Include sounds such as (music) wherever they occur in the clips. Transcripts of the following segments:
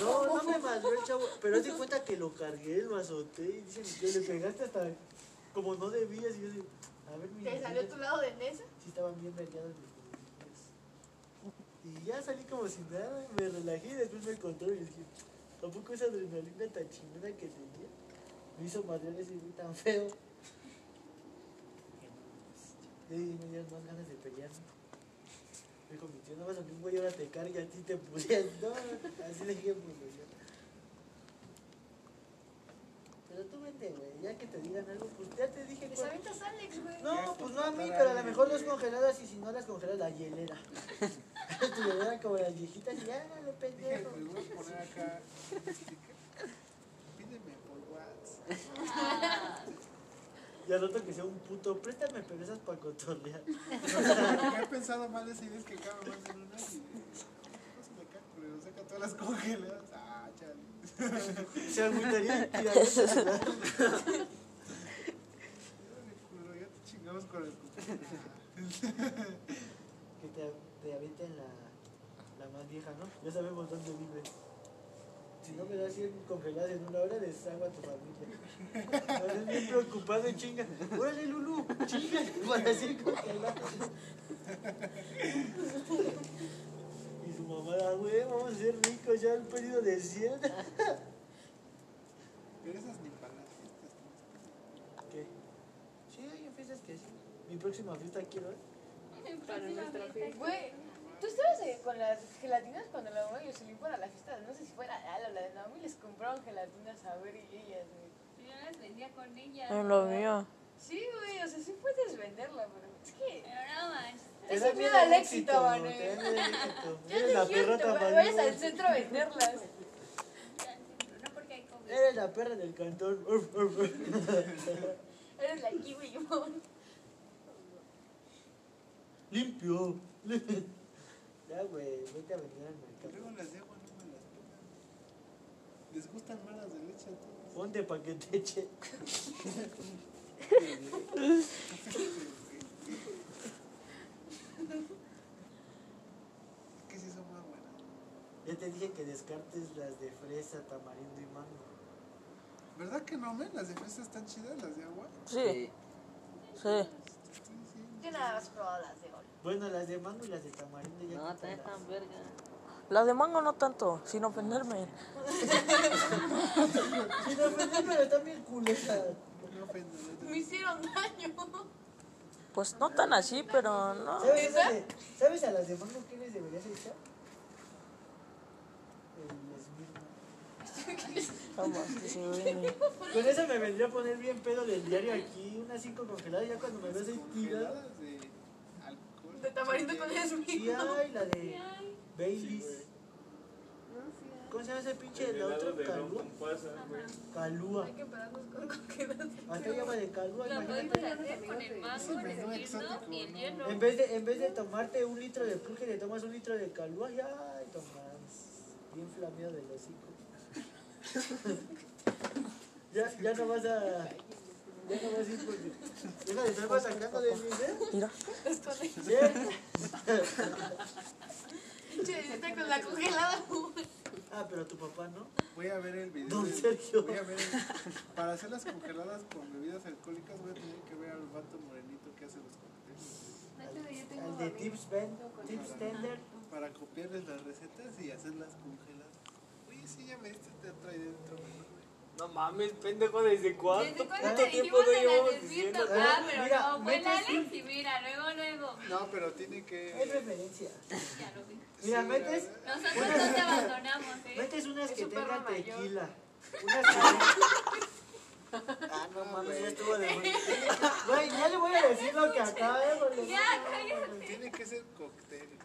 No, (laughs) no me madrió el chavo, pero haz de cuenta que lo cargué, lo azoté y dicen que le pegaste hasta como no debías. Y yo así, a ver, mi ¿Te salió tu lado de Nesa? Sí, estaban bien vergadas mis rodillas. Y ya salí como si nada, me relajé y después me encontré y dije, tampoco esa adrenalina tan chingona que tenía me hizo madrear ese güey tan feo. Y me dieron más ganas de pelearme. Me convirtió nada más a que un güey ahora te cargue a ti te pudieras. (laughs) No, así de ejemplo, güey. Pero tú vente, güey, ya que te digan algo, pues ya te dije Les cuál- avientas a Alex, güey. no, pues no a mí, pero a lo mejor las congeladas y si no las congelas, la hielera. (laughs) tu hielera como las viejitas y ya, lo Dije, "Ah, pendejo. pues voy a poner acá un sticker. Pídeme por (laughs) WhatsApp. Y al otro que sea un puto, préstame perezas para cotorrear. Lo que he pensado más de cine es que acaba más en una y de. Pues me cae, pero saca todas las congeladas. Ah, chale. (laughs) Se agüitaría y tiraría esa ciudad. Ay, culo, Ya te chingamos con las congeladas. Que te, te avienten la, la más vieja, ¿no? Ya sabemos dónde vive. Si no me das 100 congeladas en una hora, les hago a tu familia. Estás bien preocupado y chinga. Órale, Lulu, chinga para 100 congeladas. Y su mamá, ah, güey, vamos a ser ricos ya el pedido de 100. Pero esas ni para las fiestas. ¿Qué? Sí, hay fiestas que sí. Mi próxima fiesta quiero, ¿eh? Para nuestra fiesta. Güey, ¿tú estabas eh, con las gelatinas cuando la mamá y Jocelyn fueron a la fiesta? No sé si fuera Ala o la de Naomi, les compraron gelatinas a ver y ellas, güey. Yo las vendía con ella. En lo mío. Sí, güey, o sea, sí puedes venderla, pero es que... Pero nada más. Es Te el da miedo al éxito, mano. Manuel. Te da miedo al éxito. Yo Eres la te dije, perrota, te vayas al centro a venderlas. ya, No porque hay COVID. Eres la perra del cantón. Uf, uf, uf. Eres la kiwi, mon. Limpio. (laughs) ya, güey, vete a vender al Que mercado. luego las de agua no me las tocan. Les gustan malas de leche a todos. Ponte pa' que te eche. Es que sí son más buenas. Ya te dije que descartes las de fresa, tamarindo y mango. ¿Verdad que no, men? Las de fresa están chidas, las de agua. Sí. Sí. Te estoy diciendo. Yo nada más he probado las de oro. Bueno, las de mango y las de tamarindo ya No, quítalas. tenés tan verga. Las de mango no tanto, sin ofenderme. Sin ofender, pero están bien culetas. No me ofendo, no te- Me hicieron daño. Pues no tan así, pero no. ¿Sabes, esas de- ¿Sabes a las de mango qué les deberías echar? El esmirno. Vamos, que se ve. Con eso me vendría a poner bien pedo del diario aquí, unas cinco congeladas, ya cuando me veas ahí tirada. Congeladas de alcohol. De tamarindo con Chile. Sí, esmirno. ay, la de Ay, Baileys. ¿Cómo se llama ese pinche de la otra? Calúa. Calúa. Hay que pararnos con coquedas. Acá llama de calúa, La imagínate. podemos hacer con el mango, Sí, menú el exótico, vino y el ¿no? hielo. En vez, de, en vez de tomarte un litro de pulque, te tomas un litro de calúa, ya, ay, tomas. Bien flameado del hocico. (laughs) ya, ya no vas a. Ya no vas a ir porque. Deja de estar masacrando de mí, ¿eh? Mira. ¿Sí? Che, está con la congelada. Ah, pero tu papá no. Voy a ver el video. Don de- Sergio. Voy a ver el- para hacer las congeladas con bebidas alcohólicas voy a tener que ver al vato morenito que hace los cócteles. Al de tips, ven, tips tender. Para copiarles las recetas y hacerlas congeladas. Oye, sí, ya me diste te trae dentro. ¿no? No mames, pendejo, ¿desde cuánto? ¿Desde cuándo ¿Cuánto te dijimos de llevamos las diciendo? desvirtas? Ah, Ah, pero mira, no, fue el metes Alex y mira, luego, luego. No, pero tiene Hay que. referencia. Ya lo vi. Mira, Sí, metes, la- Nosotros no te abandonamos, ¿eh? (laughs) metes unas Es que un perro tengan mayor. tequila. Unas que Ah, no mames, ya mames. estuvo de moda. Güey, ya le voy a decir lo que acaba de volver. Ya, cállate. Tiene que ser cóctel, güey.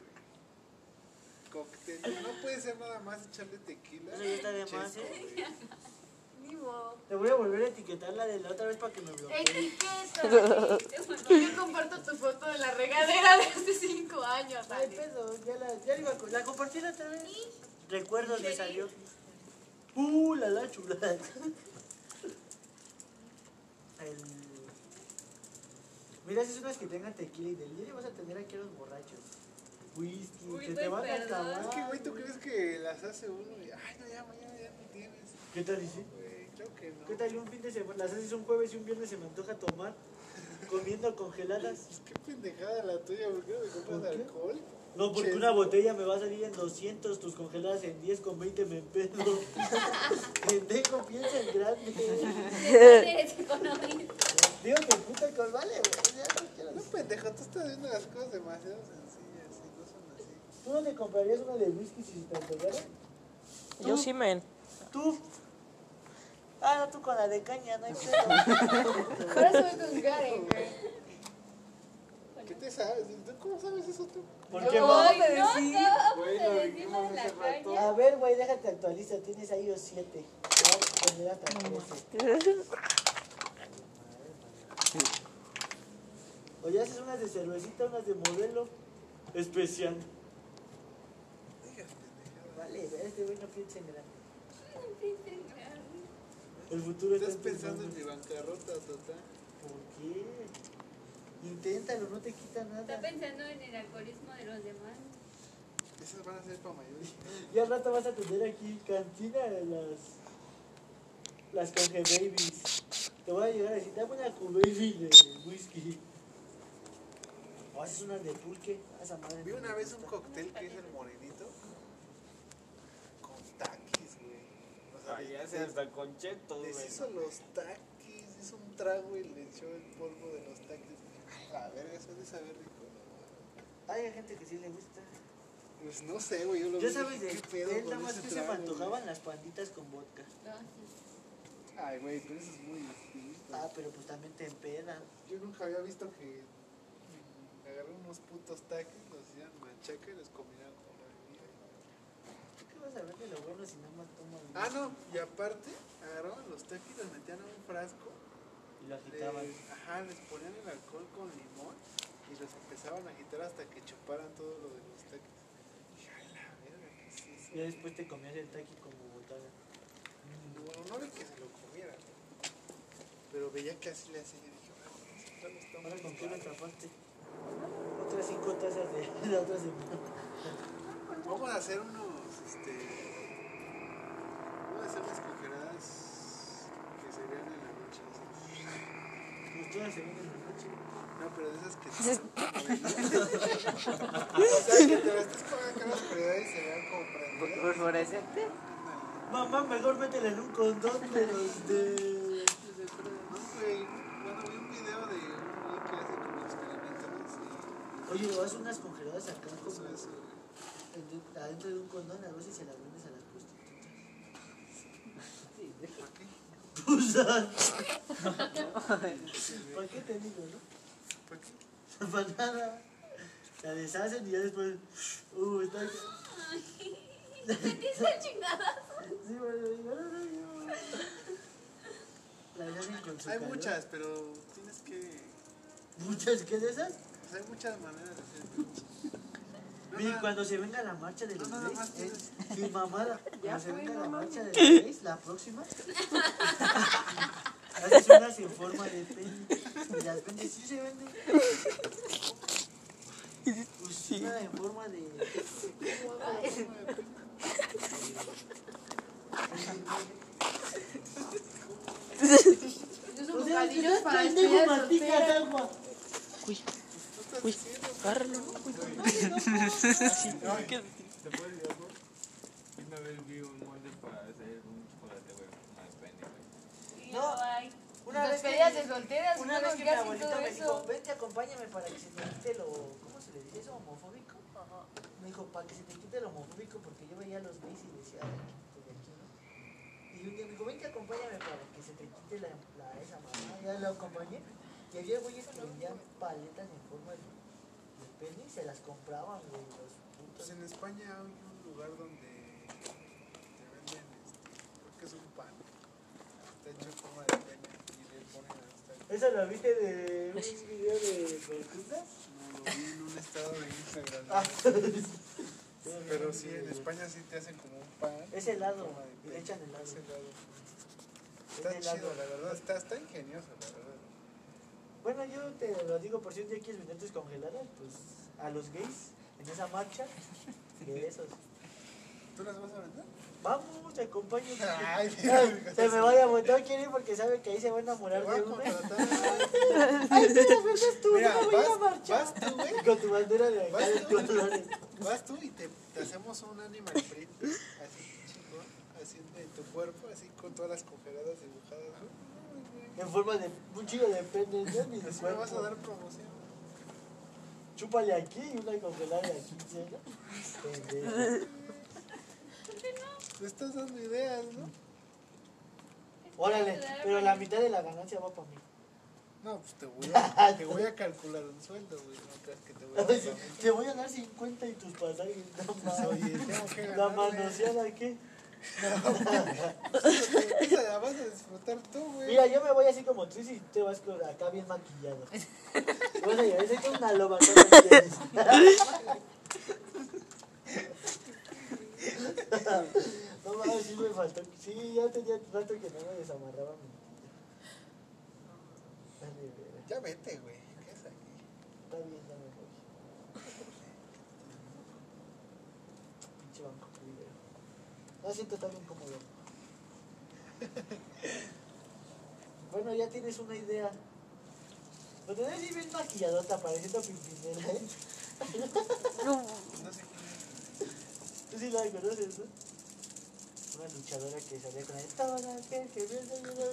Cóctel. No puede ser nada más echarle tequila. Eso ya está de y más, chesco, ¿eh? güey. Ni modo. Te voy a volver a etiquetar la de la otra vez para que me Este bloquee. Etiqueta. Yo comparto tu foto de la regadera de hace 5 años, No hay Alex. pedo, ya la, ya la iba a co- la compartí la otra vez. Recuerdos le salió. Uh, la la chulada. (laughs) El... Mira, esas son las que tengan tequila y del día vas a tener aquí a los borrachos. whisky, Uy, que te güey, van a perdón. acabar. Es que, güey, ¿tú crees que las hace uno? Y, ay, no, ya mañana ya no tienes. ¿Qué tal y sí? Güey, creo que no. ¿Qué tal y un fin de semana? Las haces un jueves y un viernes se me antoja tomar comiendo congeladas. Pues, qué pendejada la tuya, ¿por qué no me compras ¿Por qué? alcohol? No, porque Che. una botella me va a salir en 200, tus congeladas en 10 con 20 me (laughs) empedo. Pendejo, piensa en grande. Eres economista. Digo que puta con vale, güey. Ya no quiero. No, pendejo, tú estás viendo las cosas demasiado sencillas y no son así. ¿Tú no le comprarías una de whisky si te entregara? Yo sí, men. ¿Tú? Ah, no, tú con la de caña, no (laughs) hay pedo. Ahora estoy con Karen, eh, güey. ¿Qué te sabes? ¿Tú ¿Cómo sabes eso tú? ¿Por qué No, no? te no decí. estábamos Bueno, pues, en dijimos encima de la hace rato. calle. A ver, güey, déjate actualizar. Tienes ahí los 7. Te voy a poner hasta 13. O ya haces unas de cervecita, unas de modelo especial. Digas, pendejada. Vale, este güey no piensa en grande. Yo El futuro Estás en tus pensando en manos. mi bancarrota, total. ¿Por qué? Inténtalo, no te quita Está nada. pensando en el alcoholismo de los demás. Esas van a ser para mayores. Y al rato vas a tener aquí cantina de las. Las conge babies. Te voy a llegar a decir, dame una Q-Baby de whisky. O haces una de pulque. A esa madre. Vi no me una vez un gusta. cóctel que es el morenito con taquis, güey. O sea, Ay, les- ya se les- hasta con chetos, güey. deshizo los taquis, hizo un trago y le echó el polvo de los taquis. A ver, eso es de saber rico. ¿no? Hay gente que sí le gusta. Pues no sé, güey, yo lo Ya vi, sabes, de dije, ¿qué pedo de- con nada más ese que se me trago, güey? antojaban las panditas con vodka. No, sí. Ay, güey, pero eso es muy distinto. Ah, pero pues también te empedan. Yo nunca había visto que mm, agarraron unos putos taquis, los hacían manchaca y los combinaban con la ¿Tú qué vas a ver de lo bueno si nada más tomas bebida. Ah, no, y aparte, agarraban los taquis, los metían a un frasco Y lo agitaban. Les, ajá, les ponían el alcohol con limón y los empezaban a agitar hasta que chuparan todo lo de los taquis. Dije, "A la verga, ¿qué es eso?". Y después te comías el taqui como botada. Bueno, no vi que se lo comiera, ¿no? pero veía que así le hacían y dije, "Ahora vamos a sentarnos, estamos Ahora con qué lo ocupados". atrapaste. Otras cinco tazas de (laughs) la otra semana. Vamos a hacer unos, este, vamos a hacer unas congeladas que se vean en la noche. así. Pues todas se ven en la noche. No, pero de esas que te dan como de luz. O sea, que te las estés comiendo con las prioridades y se vean como prendidas. ¿Fluorescente? Mamá, mejor métela en un condón este, de los de. No, güey. Bueno, vi un video de un güey que hace como experimentos y Oye, o haz unas congeladas acá puso como eso, eh, güey. en- adentro de un condón, a ver si se las vendes a las prostitutas. ¿Para qué? ¡Tusas! ¿Para qué te digo, no? ¿Para qué? (laughs) Para nada. La deshacen y ya después. Uh, está. Sí, ¿Sentiste el chingadazo? bueno, digo, no, no, no. La deshacen con su Hay calor. muchas, pero tienes que. ¿Muchas qué de esas? o sea, hay muchas maneras de hacerlo. Miren, nada- cuando se venga la marcha de No, los nada más gays, eh, tienes- (laughs) mi mamada, cuando se venga la marcha de los gays, la próxima, haces unas en forma de pene y las vendes, sí se venden. Pues una en forma de... Yo O uso sea, bocadillos estás para pendejo, estudiar masticas soltera. agua. Uy, Tú estás Uy. diciendo, agárralo, ¿no? Uy, ¿Te puedes decir algo? Una vez vi un molde para hacer un chocolate, güey. No de pene, güey. Y No. yo, ay, Una vez Despedidas de que, solteras, una vez con que mi gas y todo abuelita me dijo, eso. vente, acompáñame para que se te quite lo... ¿Cómo se le dice eso? ¿Homofóbico? Me dijo, para que se te quite lo homofóbico, porque yo veía a los gays y decía, "Ay, pues de aquí no. Y un día me dijo, vente, acompáñame para que se te quite la, la- esa mamá. Ya lo acompañé. Y había güeyes que vendían paletas en forma de, de pene y se las compraban, güey, los Pues putos. en España hay un lugar donde te venden, este, creo que es un pan. Está hecho en forma de pene y le ponen hasta el ¿Eso lo viste de un video de Berkutas? No, lo vi en un estado de Instagram. Ah. Pero sí, en España sí te hacen como un pan. Es helado, en forma de y le pene. echan helado. Es helado. Es Está helado. chido, la verdad. Está, está ingenioso, la verdad. Bueno, yo te lo digo por si un día quieres vender tus congeladas, pues a los gays en esa marcha de esos. ¿Tú las vas a (laughs) vender? Vamos, te acompaño. Ay, Ay, se (laughs) me vaya a montar, quiere ir porque sabe que ahí se va a Te enamorar voy de a una. contratar. (laughs) Ay, tú las vendes tú, Mira, yo no voy a ir a vas, marchar. vas tú, güey. Con tu bandera de acá, Vas de tú. colores. Vas tú y te, te hacemos un animal print. Así, chingón. Así de tu cuerpo, así con todas las congeladas dibujadas, güey. En forma de un chico de pene, ¿no? Ni de Así me cuerpo. vas a dar promoción. Chúpale aquí y una congelada de aquí, ¿sí, no? Pendejo. Te estás dando ideas, ¿no? Órale, pero la mitad de la ganancia va para mí. No, pues (laughs) te voy a, te voy a calcular un sueldo, güey. No creas que te voy a dar promoción. Te voy a dar 50 y tus pasajes. (laughs) No mames. Oye, tengo que La ganarle. manoseada que. (laughs) Esa la vas a disfrutar tú, güey. Mira, yo me voy así como tú y si te vas con- acá bien maquillado. Te vas a llevar ese que una loba. ¿no? (laughs) No mames, sí me faltó. Sí, ya tenía rato que no me desamarraba mi. Dale, verga. Ya vete, güey. ¿Qué es aquí? Está bien, ya me voy. Pinche banco culero. No siento tan incómodo. (laughs) bueno, ya tienes una idea. Lo tenés ahí bien maquilladota, pareciendo Pimpinela, ¿eh? No sé quién es. Tú sí la conoces, ¿no? Una luchadora que salía con el todo aquel que viene y viene".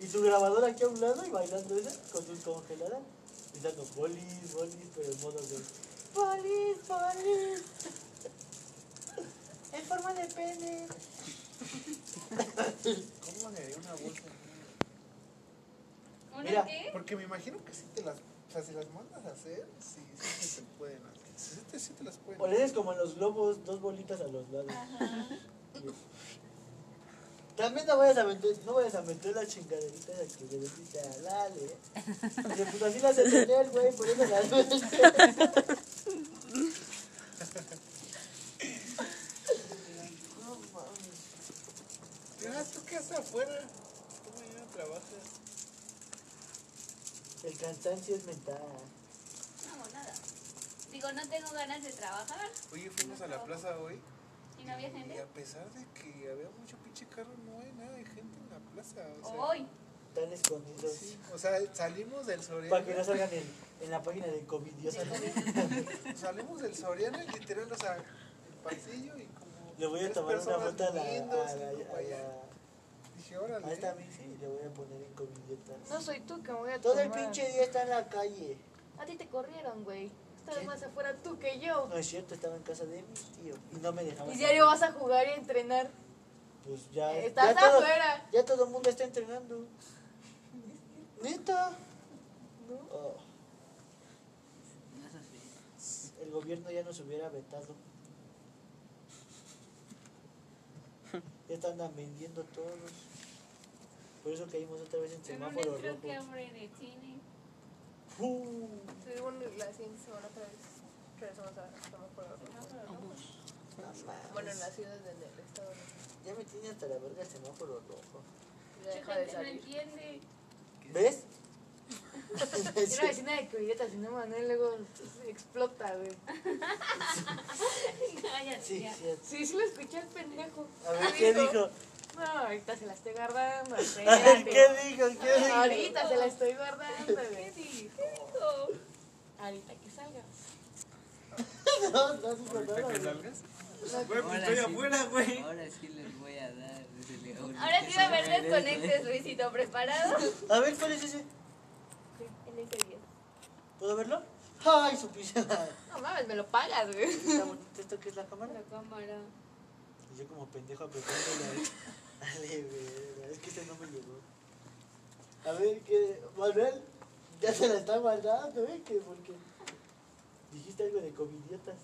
Y su grabadora aquí a un lado y bailando esa con su congelada. Diciendo bolis, bolis, pero en modo de. ¡Bolis, bolis! en forma de pene. ¿Cómo le haría una bolsa? ¿Una Mira, qué? Porque me imagino que si te las, o sea, si las mandas a hacer, sí, sí se te pueden hacer. Sí, te- sí te las pueden O le haces como en los globos, dos bolitas a los lados. Ajá. También no vayas a meter, no vayas a meter las chingaderitas a que le deciste a Lale. Porque pues así las hace tener, güey, por eso las metes. No mames. Ah, ¿tú qué haces afuera? Tú mañana trabajas. El cansancio es mental. No, nada. Digo, no tengo ganas de trabajar Oye, fuimos a la plaza hoy y no había y gente. a pesar de que había mucho pinche carro, no hay nada de gente en la plaza. O sea, Hoy. Están escondidos. sí, o sea salimos del Para que no Soriana. salgan en, en la página del COVID. Dios santo. Salimos del Soriana y literal, o sea, el pasillo y como. Le voy a tres tomar una personas foto a la. A viniendo, la, a así como la, Dije, órale. a esta bici y le voy a poner en COVIDiotas. No soy tú que me voy a Todo tomar. el pinche día está en la calle. A ti te corrieron, güey. Estabas ¿Quién? más afuera tú que yo. No es cierto, estaba en casa de mi tío y no me dejaba. Y salir. diario vas a jugar y a entrenar. Pues ya. Estás ya todo- afuera. ya todo el mundo está entrenando. ¿Neta? No. Oh. El gobierno ya nos hubiera vetado. Ya están vendiendo todos. Por eso caímos otra vez en Tengo un semáforo rojo. entro que hambre de cine. ¡Uh! Sí, bueno, la siguiente semana otra vez regresamos a semáforo rojo. No mames. Bueno, en las ciudades del estado. Ya me tiene hasta la verga el semáforo rojo. ¿no? Ya deja Mucha de gente no salir. entiende. ¿Ves? (laughs) Yo era vecina de Covideta, si no, Manuel luego explota, güey. (laughs) Cállate Sí, ya. sí. Sí, sí lo escuché al pendejo. A ver, ¿qué Dijo, dijo? No, ahorita se la estoy (laughs) guardando. A ver, espérate. ¿qué dijo? ¿Qué dijo? Ahorita se la estoy guardando, ¿Qué güey. dijo? dijo? Ahorita que salga. No, no dijo Ahorita nada, que güey. salgas. Güey, pues estoy sí. afuera, güey. Ahora sí les voy a dar. desde León. Ahora sí va a ver desconectes, Luisito. ¿Preparado? A ver, ¿cuál es ese? En ese día. ¿Puedo verlo? ¡Ay, su pinche madre! No mames, me lo pagas, güey. Está bonito esto que es la cámara. La cámara. Y yo como pendejo apretándole. a- Dale, verga, es que este no me llegó. A ver, que Manuel ya se la está guardando, ¿eh? Que porque dijiste algo de covidiotas.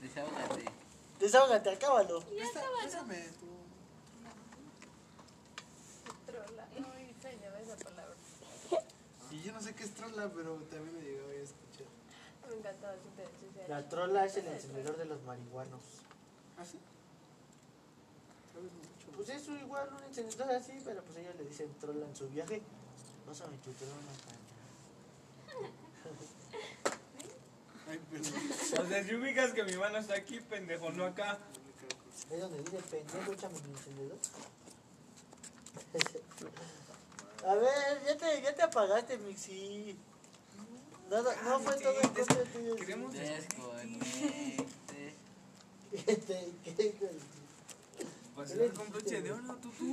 Desahógate. Desahógate, acábalo. Pésame tú. Trola. Ay, extrañaba esa palabra. Y yo no sé qué es trola, pero también me llegaba a escuchar. Me encantaba siempre decirse La trola es el encendedor de los marihuanos. ¿Ah, sí? Sabes mucho. Pues es un- igual un encendedor así, pero pues ellos le dicen trola en su viaje. Vas a meter trola, caña. Ay, perdón. O sea, si ubicas que mi mano está aquí, pendejo, no acá. ¿Ves donde dice pendejo, échame mi encendedor? (laughs) A ver, ya te, ya te apagaste, Mixi. Nada, no fue todo en contra tuyo. sí. (laughs) Queremos Desconecte. ¿Qué te- Este, qué hijo de tu- pues pasar Pues con broche de oro, tú, tú.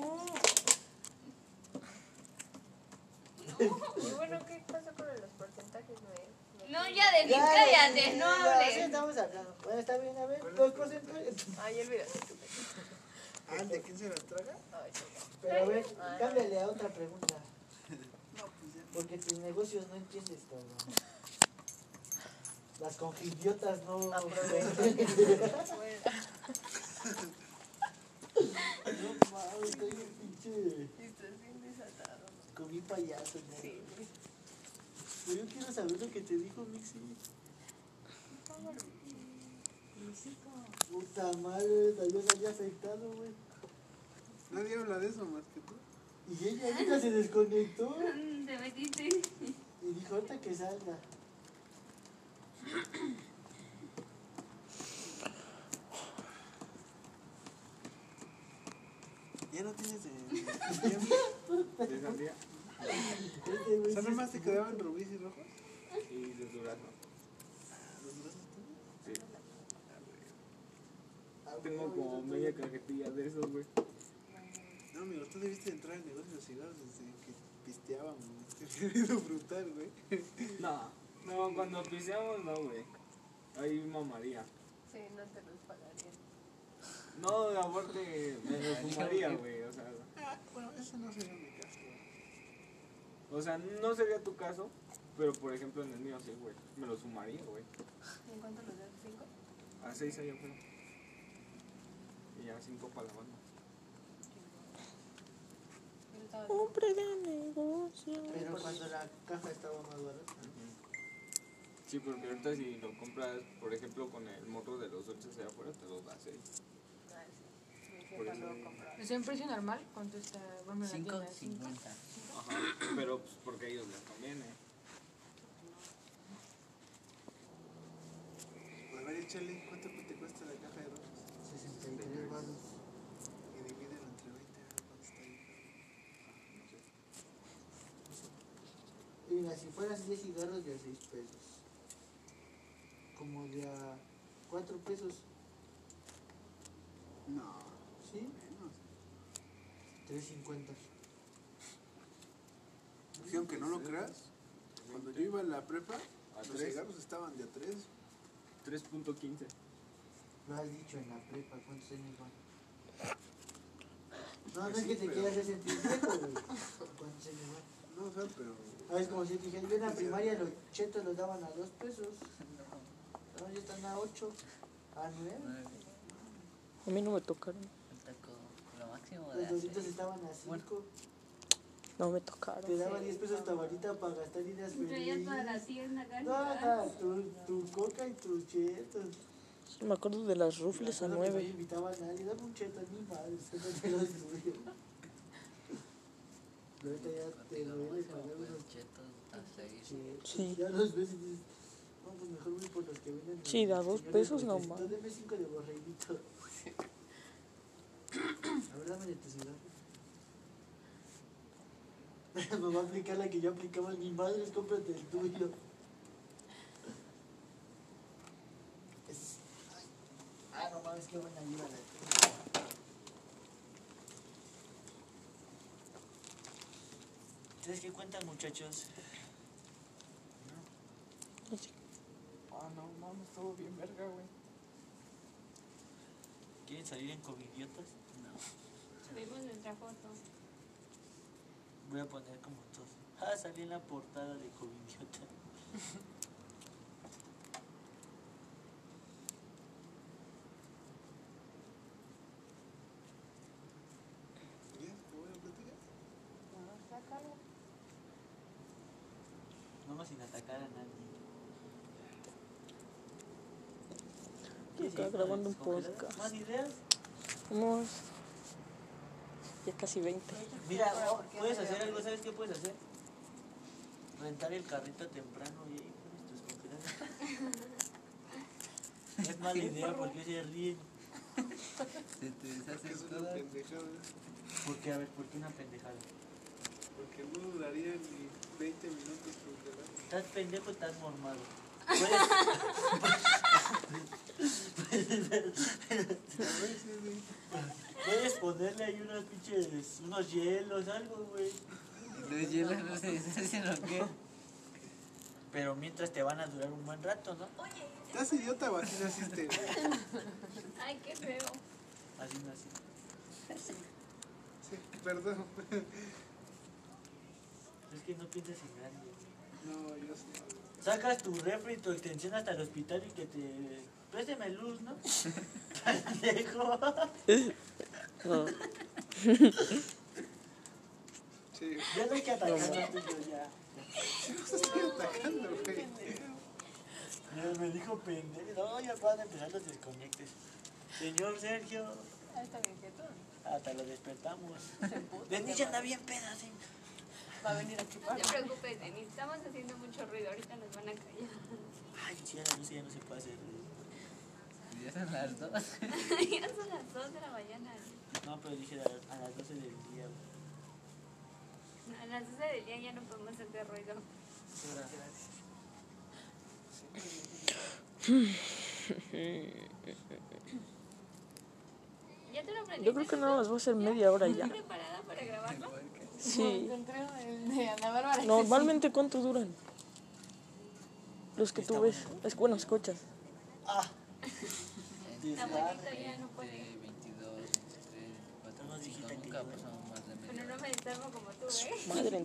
Y bueno, ¿qué pasó con los porcentajes? Me- me- No, ya de Ya, cállate, no ya, sí, hables. estamos hablando. Bueno, está bien, a ver, dos porcentajes. Ay, olvídate. Ah, ¿de quién se las traga? Ay, sí. Pero a ver, Ay. cámbiale a otra pregunta. No, pues ya. Porque tus negocios no entiendes, cabrón. Las congidiotas no. Bueno, (laughs) No mames, estoy bien pinche. estás bien desatado. ¿no? Comí payaso, ¿no? Sí. Pero yo quiero saber lo que te dijo Mixi. Puta madre, yo se había afectado, güey. Nadie habla de eso más que tú. Y ella ahorita se desconectó Mm, Te metiste. y dijo ahorita que salga. Ya no tienes (laughs) de. De sandía Este güey O sea, sí nomás te es- quedaban rubíes y rojos. y de durazno. Sí. Ah, güey, Tengo como ahorita media todo- cajetilla de esos, güey. No, amigo, tú debiste entrar al negocio de los cigarros desde que pisteábamos. (laughs) Este querido brutal, güey. No. No, cuando piseamos, no, güey. Ahí mamaría. Sí, no te los pagaría. No, aparte me lo fumaría, güey. O sea, Ah, bueno, ese no sería mi caso. o sea, no sería tu caso, pero por ejemplo en el mío sí, güey. Me lo fumaría, güey. ¿En cuánto los das? ¿Cinco? A seis allá afuera. Y ya cinco para la banda. Yo estaba- Compra de negocio. Pero cuando la caja estaba más barata. Sí, porque ahorita si lo compras, por ejemplo, con el morro de los dulces allá afuera, te los da seis. Ah, sí. Mi Por jefa eso- lo compraba. ¿Es en precio normal? ¿Cuánto está? Bueno, la Cinco tienda, cinco. cincuenta. Ajá. Pero pues porque a ellos les conviene. A ver, échale, ¿cuánto te cuesta la caja de rojos? 63 baros. Y divídelo entre 20, a ver cuánto está ahí. Y mira, si fueras 10 cigarros de a 6 pesos. Como de a 4 pesos, No, ¿sí? menos. 3.50. Sí, aunque no lo creas, cuando yo iba a la prepa, ¿A los tres? cigarros estaban de a 3. 3.15. Lo has dicho en la prepa, ¿cuántos años van? No, no Pues es que sí, te pero- quieras hacer sentir viejo, güey. ¿Cuántos años van? No, o sea, pero. Ah, es como si te dijera, yo en la primaria los chetos los daban a 2 pesos. Ahora ya están a 8, a 9. Nueve. A mí no me tocaron. Me tocó Lo máximo de Los doritos hacer. estaban a 5. No me Te tocaron. daban 10 pesos tabarita para gastar ideas Traías para la felices. tienda, Carmen. No, no, tu, tu coca y tus chetos. Sí, me acuerdo de las rufles a Pensando que No le nueve. invitaba a nadie, dame un cheto, ni madre, solo que los tuyo. Pero (laughs) ahorita ya te Lo duele máximo pagar fue unos los chetos a seis. chetos. Sí. Ya los ves y dices, no, pues mejor voy por los que venden. en Sí, da el dos señor pesos del puestecito, nomás. Deme cinco de borreguito. (clears throat) A ver, dame de tu cigarro. (laughs) Me va a aplicar la que yo aplicaba, ni madres, cómprate el tuyo. Es- Ah, no mames, qué buena ayuda la ¿Ustedes qué cuentan, muchachos? Ah, no, mames, estuvo bien verga, güey. ¿Quieren salir en covidiotas? Subimos nuestra foto. Voy a poner como todos. Ah, salí en la portada de covidiota. ¿Ya? ¿Te voy a platicar? No, sácalo. Vamos sin atacar a nadie. Está grabando un ¿Descongeladas? podcast. ¿Más ideas? Unos. Ya casi 20. Mira, Ahora, o- ¿por qué puedes no hacer le algo, abres? ¿sabes qué puedes hacer? Rentar el carrito temprano y ahí. (laughs) No es mala idea porque se ríen. Se te Es deshacen una todas. pendejada. ¿eh? Porque, a ver, ¿por qué una pendejada? Porque no duraría ni 20 minutos congelar. Estás pendejo, estás (laughs) formado. Puedes, A veces, güey. puedes ponerle ahí unos pinches, unos hielos, algo, güey. Entonces ya no se deshacen o qué. Pero mientras te van a durar un buen rato, ¿no? Oye, Estás idiota, o así naciste, güey. ay, qué feo. Así nací. Sí, perdón. Es que no piensas en nadie. güey. No, yo sí. Sacas tu refri y tu extensión hasta el hospital y que te... Présteme luz, ¿no? Pendejo. Ah, (laughs) Sí, Ya no hay que atacar a tuyo, ya. sí, no estoy atacando, güey. Ya Me dijo pendejo. No, ya van a empezar los desconectes. Señor Sergio, Hasta mi inquietud. hasta lo despertamos. Se puta. Denise anda bien peda, sí. Va a venir a No chupar. te preocupes, Denis. Estamos haciendo mucho ruido. Ahorita nos van a callar. (laughs) Ay, si a la luz ya no se puede hacer. güey. Ya son las dos. ya son las 2 de la mañana. No, pero dije a las, a las 12 del día. güey. A las 12 del día ya no podemos hacer ruido. ¿Ya te lo aprendiste? Yo creo que nada más voy a hacer media hora y ¿Estás ya. preparada para grabarlo? Sí. Encontré el de Ana Bárbara. y Normalmente, ¿cuánto duran? Los que tú Está ves. Es, bueno, escuchas. Ah, Está bonito, ya Este, no puede. 22, 23, 24, Nomás dijiste que nunca yo- pasamos más de media Bueno, hora. no me desarmo como tú, ¿eh? Madre,